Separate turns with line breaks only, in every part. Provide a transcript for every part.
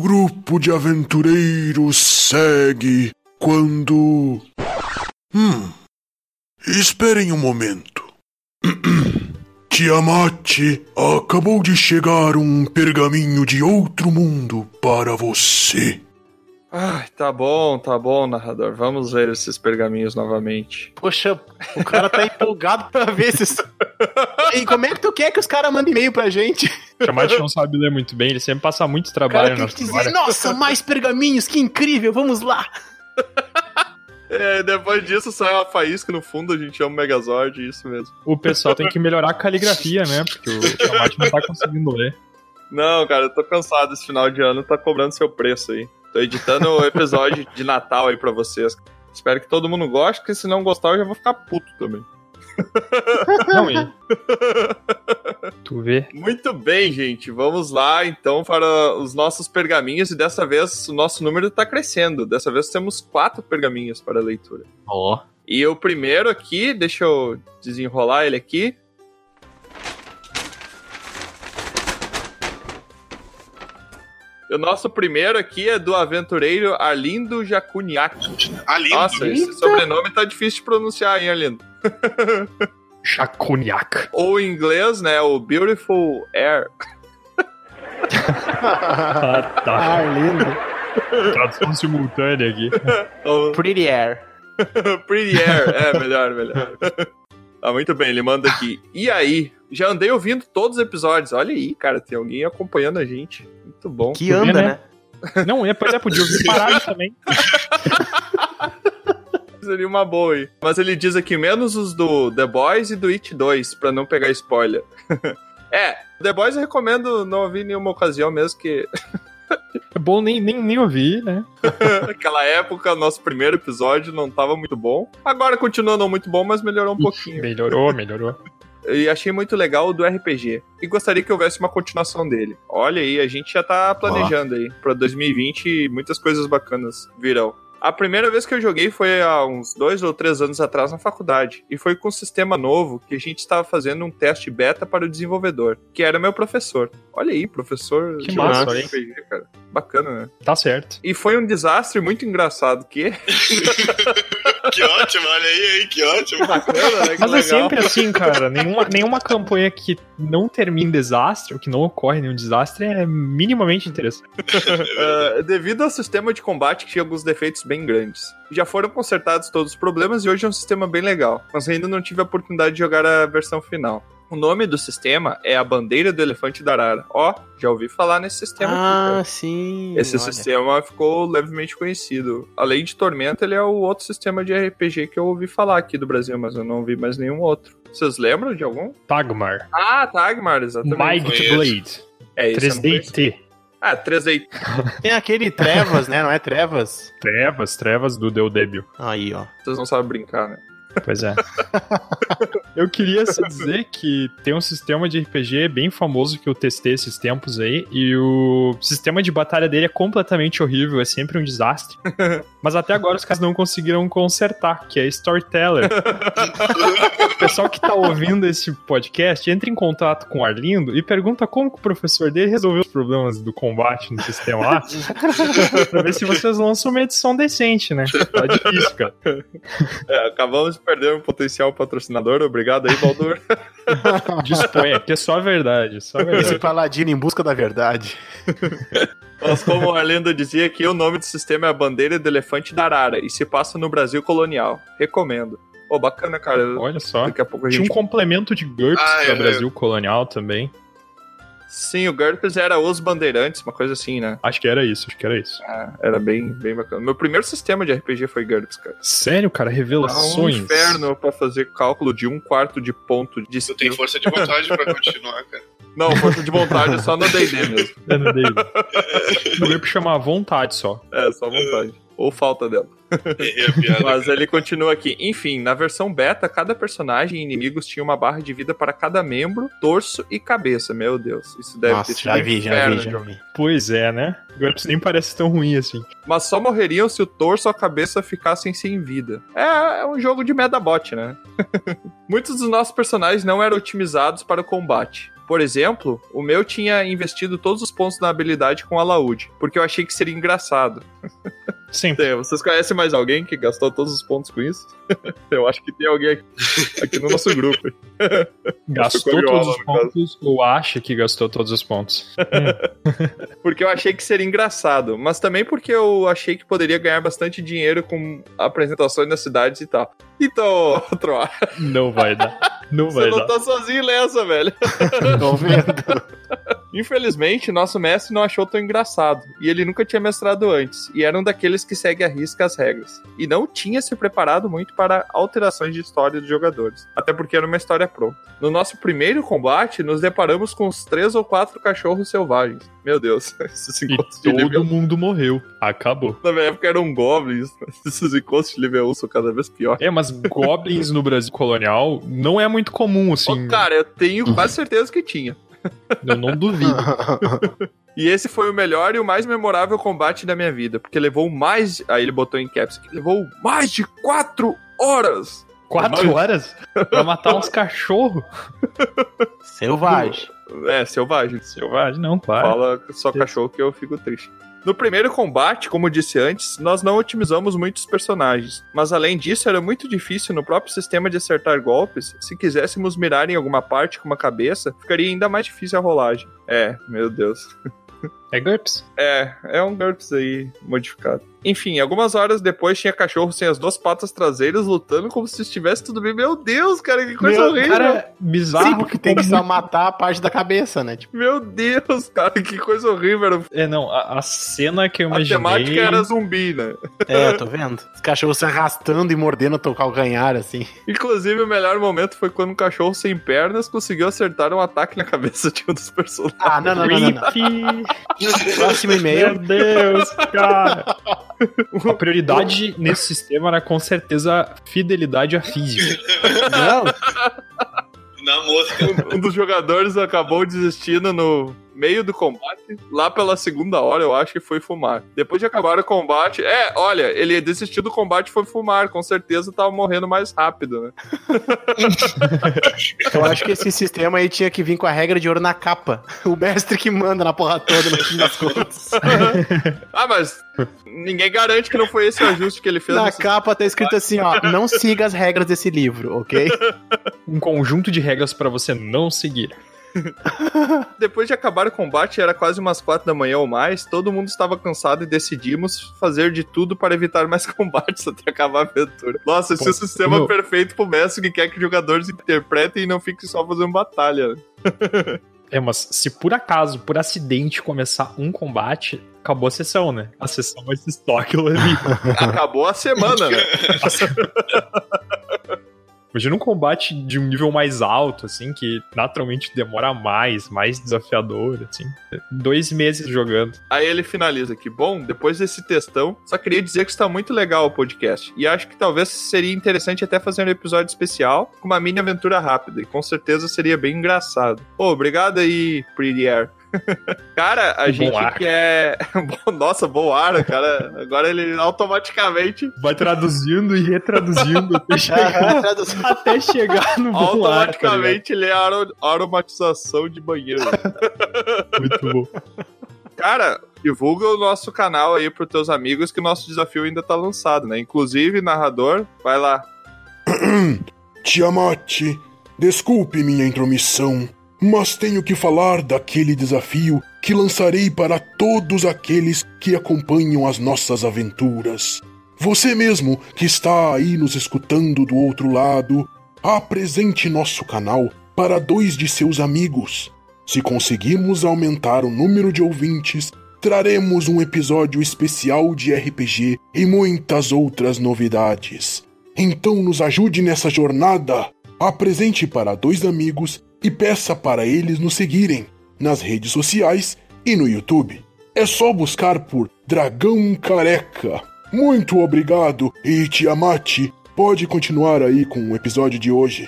grupo de aventureiros segue quando. Hum. Esperem um momento. Tiamat, acabou de chegar um pergaminho de outro mundo para você.
Ai, tá bom, tá bom, narrador. Vamos ver esses pergaminhos novamente.
Poxa, o cara tá empolgado pra ver esses. E como é que tu quer que os caras mandem e-mail pra gente?
Chamate não sabe ler é muito bem, ele sempre passa muito
Cara,
trabalho
tem
na
que dizer, nossa, mais pergaminhos, que incrível, vamos lá.
É, depois disso sai uma faísca no fundo, a gente chama o Megazord, isso mesmo.
O pessoal tem que melhorar a caligrafia, né? Porque o Chamate não tá conseguindo ler.
Não, cara, eu tô cansado. Esse final de ano tá cobrando seu preço aí. Tô editando o episódio de Natal aí pra vocês. Espero que todo mundo goste, porque se não gostar eu já vou ficar puto também.
Não, e... Tu vê?
Muito bem, gente. Vamos lá então para os nossos pergaminhos. E dessa vez o nosso número tá crescendo. Dessa vez temos quatro pergaminhos para leitura.
Ó.
E o primeiro aqui, deixa eu desenrolar ele aqui. E O nosso primeiro aqui é do aventureiro Arlindo Jacuniak.
Ali,
Nossa, esse sobrenome tá difícil de pronunciar, hein, Arlindo?
Chacunhac.
Ou em inglês, né, o Beautiful Air.
Ah, tá.
é lindo.
Tradução simultânea aqui.
Ou
Pretty Air.
Pretty Air. É, melhor, melhor. Tá muito bem, ele manda aqui. E aí? Já andei ouvindo todos os episódios. Olha aí, cara, tem alguém acompanhando a gente. Muito bom.
Que
Tu vê,
anda,
né?
né?
Não, é, pois é, podia ouvir parado também.
Seria uma boa aí. Mas ele diz aqui, menos os do The Boys e do It 2, pra não pegar spoiler. é, The Boys eu recomendo não ouvir em nenhuma ocasião, mesmo que
É bom nem, nem, nem ouvir, né?
naquela época, nosso primeiro episódio não tava muito bom. Agora continua não muito bom, mas melhorou um pouquinho.
Melhorou, melhorou.
E achei muito legal o do RPG. E gostaria que houvesse uma continuação dele. Olha aí, a gente já tá planejando aí. Pra 2020, muitas coisas bacanas virão. A primeira vez que eu joguei foi há uns dois ou três anos atrás na faculdade. E foi com um sistema novo que a gente estava fazendo um teste beta para o desenvolvedor, que era meu professor. Olha aí, professor.
Que
de
massa,
outro
hein?
RPG, cara. Bacana, né?
Tá certo.
E foi um desastre muito engraçado, que
que ótimo, olha aí, hein, que ótimo.
bacana, né? Que
Mas é
legal.
sempre assim, cara. Nenhuma, nenhuma campanha que não termina em desastre, ou que não ocorre nenhum desastre, é minimamente interessante.
Uh, devido ao sistema de combate que tinha alguns defeitos bem grandes. Já foram consertados todos os problemas e hoje é um sistema bem legal, mas ainda não tive a oportunidade de jogar a versão final. O nome do sistema é a Bandeira do Elefante da Arara. Ó, já ouvi falar nesse sistema. aqui, cara.
Ah, sim.
Esse é
olha.
sistema ficou levemente conhecido. Além de Tormenta, ele é o outro sistema de RPG que eu ouvi falar aqui do Brasil, mas eu não vi mais nenhum outro. Vocês lembram de algum?
Tagmar.
Ah, Tagmar, exatamente.
Might
conheço.
Blade.
é esse eu
um
não conheço.
3DT.
Ah, 3D.
Tem aquele Trevas, né? Não é Trevas?
Trevas, trevas do Deu Débil.
Aí, ó.
Vocês não sabem brincar, né?
Pois é. eu queria só dizer que tem um sistema de RPG bem famoso que eu testei esses tempos aí, e o sistema de batalha dele é completamente horrível, é sempre um desastre. Mas até agora os caras não conseguiram consertar, que é Storyteller. o pessoal que tá ouvindo esse podcast, entra em contato com o Arlindo e pergunta como que o professor dele resolveu os problemas do combate no sistema lá, pra ver se vocês lançam uma edição decente, né? Tá difícil, cara.
É, acabamos de perder um potencial patrocinador. Obrigado aí, Baldur.
Dispõe, aqui é só a verdade, só a
Esse
verdade.
paladino em busca da verdade.
Mas como a lenda dizia que o nome do sistema é a Bandeira do Elefante da Arara e se passa no Brasil colonial. Recomendo. Ô, bacana, cara.
Olha só.
Daqui a pouco a
Tinha um
gente...
complemento de GURPS
Ah,
pra
é,
Brasil colonial também.
Sim, o GURPS era Os Bandeirantes, uma coisa assim, né?
Acho que era isso, acho que era isso.
Ah, era bem, bem bacana. Meu primeiro sistema de RPG foi GURPS, cara.
Sério, cara,
Tá Um
revelações.
inferno pra fazer cálculo de um quarto de ponto de
Eu tenho
skill.
força de vontade pra continuar, cara.
Não, força de vontade é só no D&D mesmo.
É, no David. o GURPS chama vontade só.
É, só vontade. Ou falta dela.
Errei É, a piada.
Mas ele continua aqui. Enfim, na versão beta, cada personagem e inimigos tinha uma barra de vida para cada membro, torso e cabeça. Meu Deus, isso deve
Nossa,
ter
já
sido
vi, já
inferno.
vi, já vi.
Pois é, né? O GURPS nem parece tão ruim assim.
Mas só morreriam se o torso ou a cabeça ficassem sem vida. É, é um jogo de medabot, né? Muitos dos nossos personagens não eram otimizados para o combate. Por exemplo, o meu tinha investido todos os pontos na habilidade com alaúde, porque eu achei que seria engraçado.
Sim.
Tem, É, vocês conhecem mais alguém que gastou todos os pontos com isso? eu acho que tem alguém aqui, aqui no nosso grupo.
Gastou
Ficou viola,
todos os
no caso.
pontos ou acha que gastou todos os pontos?
Porque eu achei que seria engraçado, mas também porque eu achei que poderia ganhar bastante dinheiro com apresentações nas cidades e tal. Então, Troá,
Não vai dar. Não
você
vai
não
dar.
tá sozinho nessa, velho.
Tô vendo.
Infelizmente, nosso mestre não achou tão engraçado, e ele nunca tinha mestrado antes, e era um daqueles que segue à risca as regras, e não tinha se preparado muito para alterações de história dos jogadores, até porque era uma história pronta. No nosso primeiro combate, nos deparamos com uns três ou quatro cachorros selvagens. Meu Deus, esses
E
encontros de nível um,
todo mundo morreu. Acabou.
Na minha época eram goblins, mas esses encontros de nível 1 são cada vez pior.
É, mas goblins no Brasil colonial não é muito comum, assim.
Ô, cara, eu tenho quase certeza que tinha.
Eu não duvido.
E esse foi o melhor e o mais memorável combate da minha vida, porque levou mais. Aí ele botou em caps que levou mais de 4 horas.
Quatro horas pra matar uns cachorros?
Selvagem.
É, selvagem.
Selvagem, não, claro.
Fala só
Sim.
cachorro que eu fico triste. No primeiro combate, como eu disse antes, nós não otimizamos muitos personagens, mas além disso era muito difícil no próprio sistema de acertar golpes. Se quiséssemos mirar em alguma parte com uma cabeça, ficaria ainda mais difícil a rolagem. É, meu Deus.
É GURPS.
É, é um GURPS aí modificado. Enfim, algumas horas depois tinha cachorro sem as duas patas traseiras lutando como se estivesse tudo bem. Meu Deus, cara, que coisa
Meu,
horrível.
Cara, bizarro.
Sim, porque tem que só matar a parte da cabeça, né? Tipo,
Meu Deus, cara, que coisa horrível. Era-
É, não, a, a cena que eu
A
imaginei...
temática era zumbi, né?
é, eu tô vendo. Os cachorros se arrastando e mordendo teu calcanhar, assim.
Inclusive, o melhor momento foi quando um cachorro sem pernas conseguiu acertar um ataque na cabeça de um dos personagens.
Ah, não, não, não, não. não.
Creepy.
Próximo e-mail.
Meu Deus, cara. A prioridade nesse sistema era com certeza a fidelidade à física.
Não,
Na mosca.
Um dos jogadores acabou desistindo no meio do combate, lá pela segunda hora, eu acho, e foi fumar. Depois de acabar o combate. É, olha, ele desistiu do combate e foi fumar. Com certeza tava morrendo mais rápido, né?
eu acho que esse sistema aí tinha que vir com a regra de ouro na capa. O mestre que manda na porra toda, no fim das contas.
Ah, mas ninguém garante que não foi esse o ajuste que ele fez.
Na
nesse-
capa tá escrito assim, ó, não siga as regras desse livro, ok?
Um conjunto de regras pra você não seguir.
Depois de acabar o combate, era quase umas quatro da manhã ou mais, todo mundo estava cansado e decidimos fazer de tudo para evitar mais combates até acabar a aventura. Nossa, esse é
Pô,
o sistema
meu-
perfeito pro mestre que quer que jogadores interpretem e não fiquem só fazendo batalha. né?
É, mas se por acaso, por acidente, começar um combate, acabou a sessão, né? A sessão vai se estoque ali.
Acabou a semana, né?
Imagina um combate de um nível mais alto, assim, que naturalmente demora mais, mais desafiador, assim. Dois meses jogando.
Aí ele finaliza aqui. Bom, depois desse textão, só queria dizer que está muito legal o podcast. E acho que talvez seria interessante até fazer um episódio especial com uma mini aventura rápida. E com certeza seria bem engraçado. Pô, obrigado aí, Pretty Air. Cara, a
Um Bom
gente
ar.
quer. Bom, Nossa, bom ar, cara. Agora ele automaticamente.
Vai traduzindo e retraduzindo até chegar,
Tradução.
até chegar no bom ar, tá ligado?
automaticamente ele é aro- aromatização de banheiro.
Muito bom.
Cara, divulga o nosso canal aí pros teus amigos que o nosso desafio ainda tá lançado, né? Inclusive, narrador, vai lá.
Tiamat, desculpe minha intromissão, mas tenho que falar daquele desafio que lançarei para todos aqueles que acompanham as nossas aventuras. Você mesmo que está aí nos escutando do outro lado, apresente nosso canal para dois de seus amigos. Se conseguirmos aumentar o número de ouvintes, traremos um episódio especial de RPG e muitas outras novidades. Então nos ajude nessa jornada. Apresente para dois amigos e peça para eles nos seguirem nas redes sociais e no YouTube. É só buscar por Dragão Careca. Muito obrigado e Tiamat, pode continuar aí com o episódio de hoje.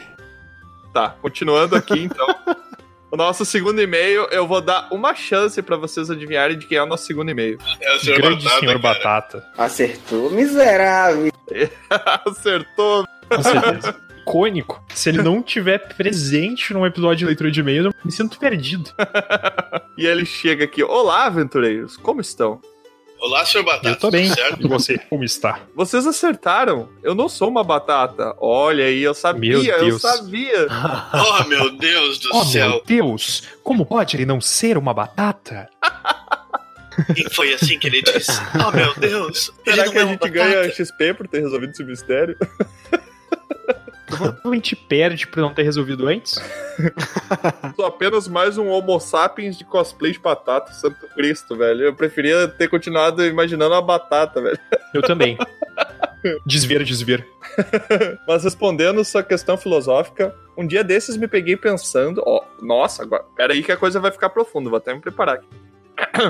Tá, continuando aqui então. O nosso segundo e-mail, eu vou dar uma chance pra vocês adivinharem de quem é o nosso segundo e-mail.
É o senhor
Grande
Batata.
senhor
cara.
Batata.
Acertou, miserável.
Acertou.
Com certeza. icônico. Se ele não tiver presente num episódio de leitura de e-mail, eu me sinto perdido.
E ele chega aqui: Olá, aventureiros, como estão?
Olá, senhor Batata.
Eu tô bem.
tudo Certo?
E você, como está?
Vocês acertaram. Eu não sou uma batata. Olha aí, eu
Meu
sabia, eu
Deus.
sabia.
Oh, meu Deus do
Oh,
céu.
meu Deus! Como pode ele não ser uma batata?
E foi assim que ele disse. Oh, meu Deus. Ele
Será
não
que
é
a
um
gente
batata.
ganha XP por ter resolvido esse mistério?
Provavelmente perde por não ter resolvido antes.
Sou apenas mais um Homo sapiens de cosplay de batata, santo Cristo, velho. Eu preferia ter continuado imaginando a batata, velho.
Eu também. Desvira, desvira.
Mas respondendo sua questão filosófica, um dia desses me peguei pensando. Ó, nossa, agora. Pera aí que a coisa vai ficar profunda, vou até me preparar aqui.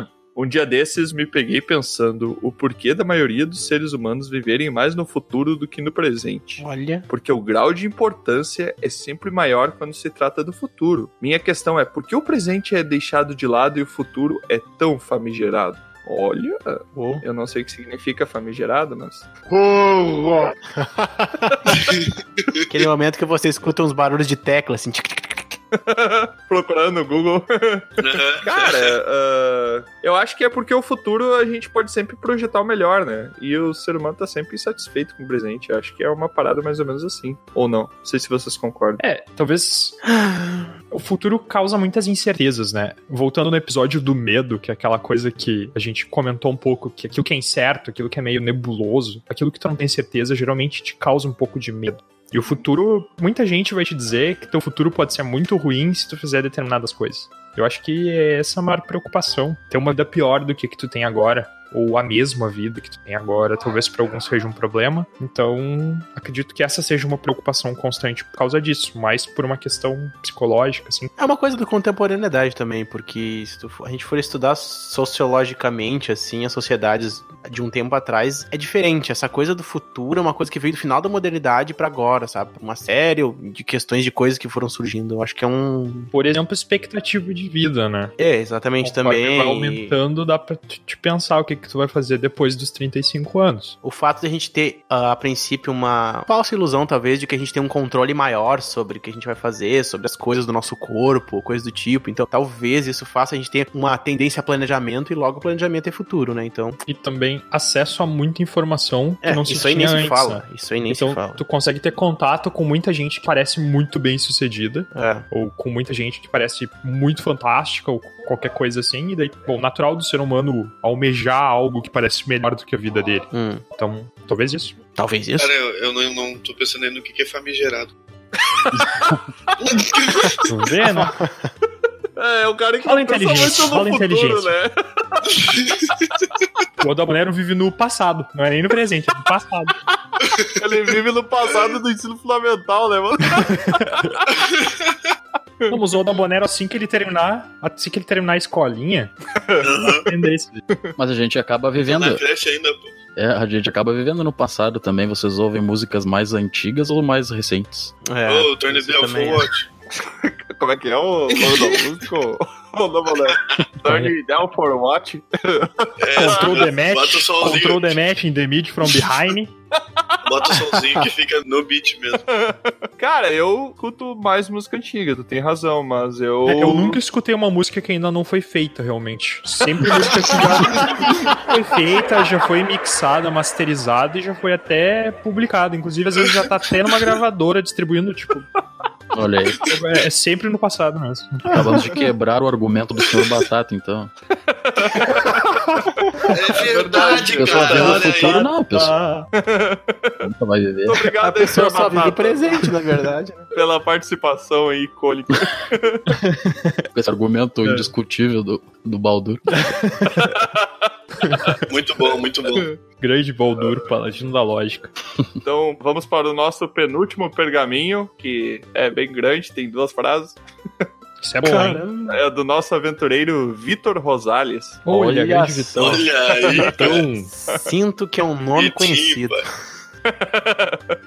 Um dia desses me peguei pensando o porquê da maioria dos seres humanos viverem mais no futuro do que no presente.
Olha.
Porque o grau de importância é sempre maior quando se trata do futuro. Minha questão é por que o presente é deixado de lado e o futuro é tão famigerado? Olha, eu não sei o que significa famigerado, mas.
Aquele momento que você escuta uns barulhos de tecla, assim. tic, tic, tic.
Procurando no Google.
Aham.
Cara, ah, eu acho que é porque o futuro a gente pode sempre projetar o melhor, né? E o ser humano tá sempre insatisfeito com o presente. Eu acho que é uma parada mais ou menos assim. Ou não. Não sei se vocês concordam.
É, talvez. O futuro causa muitas incertezas, né? Voltando no episódio do medo, que é aquela coisa que a gente comentou um pouco, que aquilo que é incerto, aquilo que é meio nebuloso, aquilo que tu não tem certeza, geralmente te causa um pouco de medo. E o futuro, muita gente vai te dizer que teu futuro pode ser muito ruim se tu fizer determinadas coisas. Eu acho que essa é a maior preocupação. Ter uma vida pior do que que tu tem agora, ou a mesma vida que tu tem agora, talvez para alguns seja um problema. Então, acredito que essa seja uma preocupação constante por causa disso, mas por uma questão psicológica, assim.
É uma coisa da contemporaneidade também, porque se tu for- a gente for estudar sociologicamente, assim, as sociedades de um tempo atrás, é diferente. Essa coisa do futuro é uma coisa que veio do final da modernidade pra agora, sabe? Uma série de questões de coisas que foram surgindo. Eu acho que é um.
Por exemplo, expectativa de vida, né?
É, exatamente
Conforme
também.
Vai aumentando, dá pra tu- te pensar o que, que tu vai fazer depois dos 35 anos.
O fato de a gente ter, ah, a princípio, uma falsa ilusão, talvez, de que a gente tem um controle maior sobre o que a gente vai fazer, sobre as coisas do nosso corpo, coisas do tipo. Então, talvez isso faça a gente ter uma tendência a planejamento e logo o planejamento é futuro, né? Então,
E também acesso a muita informação que
é,
não se
isso aí nem
tinha
se
antes,
fala.
né?
Isso aí nem se
Então,
fala.
tu consegue ter contato com muita gente que parece muito bem sucedida,
É.
ou com muita gente que parece muito fantástica, ou qualquer coisa assim, e daí, bom, natural do ser humano almejar algo que parece melhor do que a vida dele.
Hum,
Então, talvez isso.
talvez isso.
Cara, eu, eu não, não tô pensando aí no que, que é famigerado.
Vamos ver, né?
É, é o cara que
Fala
não pensa muito
inteligência,
no
fala
futuro,
inteligência.
né?
O Adabonero vive no passado, não é nem no presente, é no passado.
Ele vive no passado do ensino fundamental, né, mano?
Vamos, o Adabonero, assim que ele terminar, assim que ele terminar a escolinha, vai aprender isso.
Mas a gente acaba vivendo.
Na creche Tá ainda, pô.
É, a gente acaba vivendo no passado também. Vocês ouvem músicas mais antigas ou mais recentes?
É.
Ô, o Tony
isso
Bell foi
também é.
ótimo.
Como é que é o nome da música? O nome da é Turn it down for what?
Control the
É, Bota o
match,
solzinho.
control the match in the mid from behind.
Bota o somzinho que fica no beat mesmo.
Cara, eu escuto mais música antiga, tu tem razão, mas eu.
É, Eu nunca escutei uma música que ainda não foi feita, realmente. Sempre música que já foi feita, já foi mixada, masterizada e já foi até publicada. Inclusive, às vezes já tá até numa gravadora distribuindo, tipo,
Olha aí,
é, é sempre no passado mesmo.
acabamos de quebrar o argumento do senhor Batata, então.
É verdade,
Eu só
cara.
vendo o
Olha aí.
futuro, não, pessoal. Nunca vai viver.
Muito
A
obrigado aí, senhor
pessoa só vive
Batata,
o presente, na verdade. né?
pela participação aí icônica.
Com esse argumento indiscutível do, do Baldur.
Muito bom, muito bom.
Grande Baldur, paladino da lógica.
Então vamos para o nosso penúltimo pergaminho, que é bem grande, tem duas frases.
Isso é bom, hein?
Caramba.
É do nosso aventureiro Vitor Rosales.
Olha
grande
só.
Vitão.
Olha aí.
Então,
Sinto que é um nome
Vitiba.
conhecido.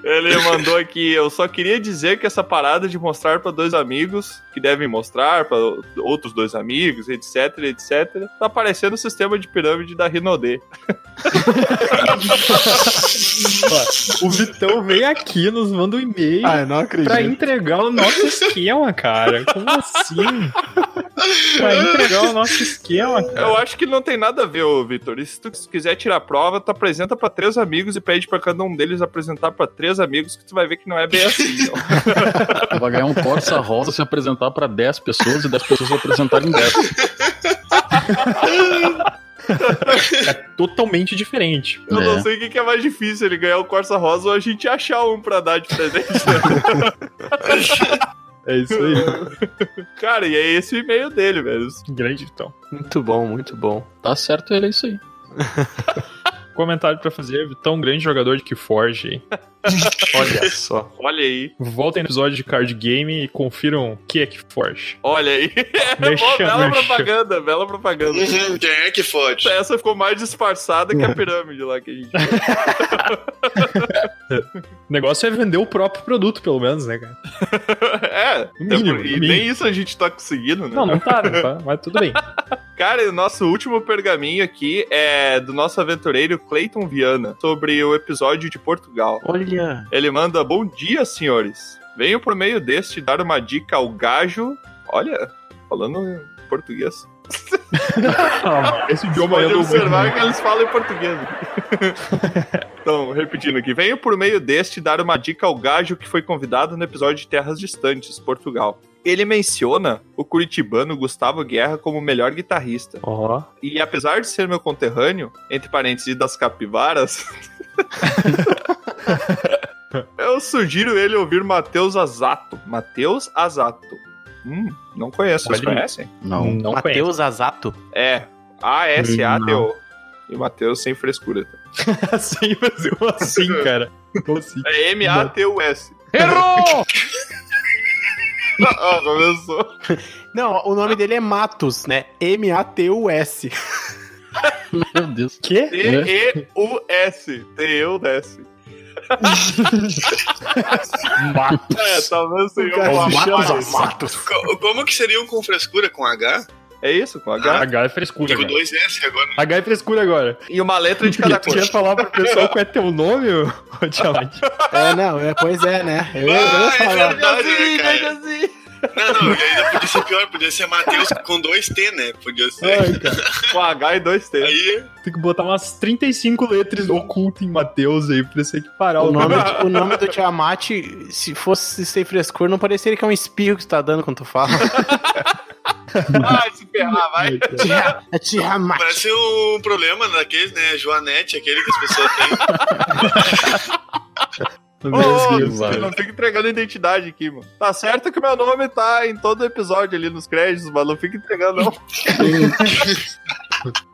Ele Ele mandou aqui, eu só queria dizer que essa parada de mostrar pra dois amigos, que devem mostrar pra outros dois amigos, etc, etc, tá parecendo o sistema de pirâmide da Rinode.
Ó, o Vitão veio aqui, nos manda um e-mail
Ah, eu não acredito.
pra entregar o nosso esquema, cara. Como assim? pra entregar o nosso esquema, cara.
Eu acho que não tem nada a ver, ô Vitor. E se tu quiser tirar a prova, tu apresenta pra três amigos e pede pra cada um deles apresentar pra três amigos, que tu vai ver que não é bem assim. não.
Vai ganhar um Corsa Rosa se apresentar pra 10 pessoas e 10 pessoas se apresentarem 10.
É totalmente diferente.
Eu
É.
não sei o que que é mais difícil, ele ganhar o Corsa Rosa ou a gente achar um pra dar de presente.
É isso aí.
Cara, e é esse o e-mail dele, velho.
Grande então. Vitão.
Muito bom, muito bom.
Tá certo ele, é isso aí.
Comentário pra fazer, Vitão, grande jogador de que forge, hein?
Olha só.
Olha aí,
Voltem no episódio de card game e confiram o que é que forge.
olha aí. É
Mexa,
bom, bela
mexa.
propaganda, bela propaganda.
Uhum, Quem é que fode?
Essa ficou mais disfarçada que a pirâmide lá que a gente.
O negócio é vender o próprio produto, pelo menos, né, cara?
é, até
Mínimo,
por- e
mínimo.
nem isso a gente tá conseguindo, né?
Não, não tá, não tá, mas tudo bem.
Cara, e o nosso último pergaminho aqui é do nosso aventureiro Clayton Viana, sobre o episódio de Portugal.
Olha.
Ele manda: Bom dia, senhores. Venho por meio deste dar uma dica ao gajo. Olha, falando em português.
Esse idioma aí
Pode
eu não
observar que eles falam em português. então, repetindo aqui. Venho por meio deste dar uma dica ao gajo que foi convidado no episódio de Terras Distantes, Portugal. Ele menciona o curitibano Gustavo Guerra como o melhor guitarrista.
Ó,
E apesar de ser meu conterrâneo, entre parênteses, das capivaras. eu sugiro ele ouvir Matheus Azato. Matheus Azato. Hum, não conheço. Vocês
Olha aí.
conhecem?
Não.
não conheço.
Matheus Azato.
É. A-S-A-T-O. E Matheus sem frescura.
assim, mas eu assim, cara. Como assim?
É M-A-T-U-S.
Errou!
Ah, começou.
Não, o nome dele é Matos, né? M-A-T-U-S.
Meu Deus.
Quê?
T-E-U-S. T-E-U-S.
Matos.
É, talvez seja
cara
uma
se
marca.
chama
Matos.
Co- Como que seria um com frescura com H?
É isso, com H.
H é frescura.
Digo
cara.
dois S agora.
H é frescura agora.
E uma letra de cada
Tu
cor.
quer falar pro pessoal qual é teu nome, ô ô, Diamante?
É, não, é, pois é, né? Eu, eu ia
Ah, é
falar.
verdade, né, cara?
Assim.
Não, não, e ainda podia ser pior, podia ser Matheus com dois T, né? Podia
É,
ser.
então.
Ai, cara.
Com H e dois T.
Aí,
Tem que botar umas 35 letras ocultas em Mateus aí pra você equiparar
O
o
nome,
nome.
o nome do Tiamat, se fosse sem frescor, não pareceria que é um espirro que tu tá dando quando tu fala.
Vai se ferrar, vai.
Tia- é Tiamat.
parece um problema daqueles, né? Joanete, aquele que as pessoas têm.
Meu
Ô,
Deus,
ô,
Deus,
eu não fica entregando identidade aqui, mano. Tá certo que meu nome tá em todo episódio ali nos créditos, mas não fica entregando, não.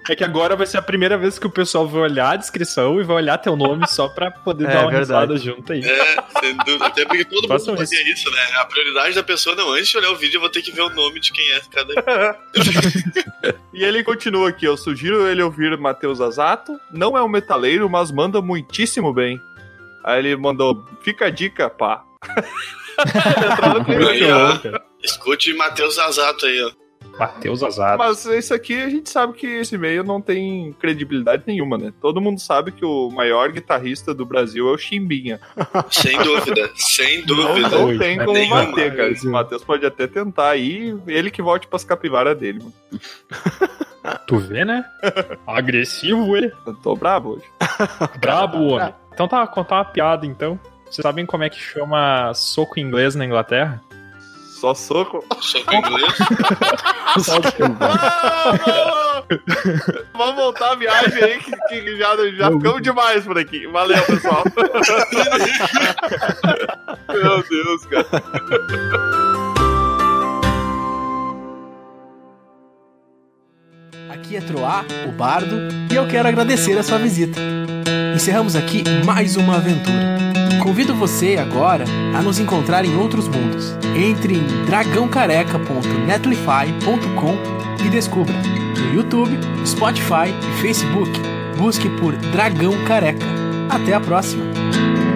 É que agora vai ser a primeira vez que o pessoal vai olhar a descrição e vai olhar teu nome só pra poder
É,
dar uma
verdade.
risada junto aí.
É, sem dúvida. Até porque todo
Façam
mundo fazia isso, né? A prioridade da pessoa, não, antes de olhar o vídeo, eu vou ter que ver o nome de quem é cada.
E ele continua aqui, eu sugiro ele ouvir Matheus Azato. Não é um metaleiro, mas manda muitíssimo bem. Aí ele mandou, fica a dica, pá. Ele entrou no primeiro.
Olha.
Muito louco, cara.
Escute Matheus Azato aí, ó.
Mateus Azar.
mas isso aqui a gente sabe que esse e-mail não tem credibilidade nenhuma, né? Todo mundo sabe que o maior guitarrista do Brasil é o Chimbinha.
Sem dúvida, sem
Não,
dúvida.
não
Oi,
tem
né?
como
Nenhuma.
bater, cara. Esse Matheus pode até tentar aí, ele que volte pras capivaras dele, mano.
Tu vê, né? Agressivo ele.
Eu tô brabo hoje.
Brabo, homem. Então tá, contar uma piada então. Vocês sabem como é que chama soco em inglês na Inglaterra?
Só soco.
Só com inglês.
Ah, não! Vamos voltar a viagem aí, que, que já, já ficamos demais por aqui. Valeu, pessoal. Meu Deus, cara.
Aqui é Troá, o Bardo, e eu quero agradecer a sua visita. Encerramos aqui mais uma aventura. Convido você agora a nos encontrar em outros mundos. Entre em dragãocareca.netlify.com e descubra no YouTube, Spotify e Facebook. Busque por Dragão Careca. Até a próxima!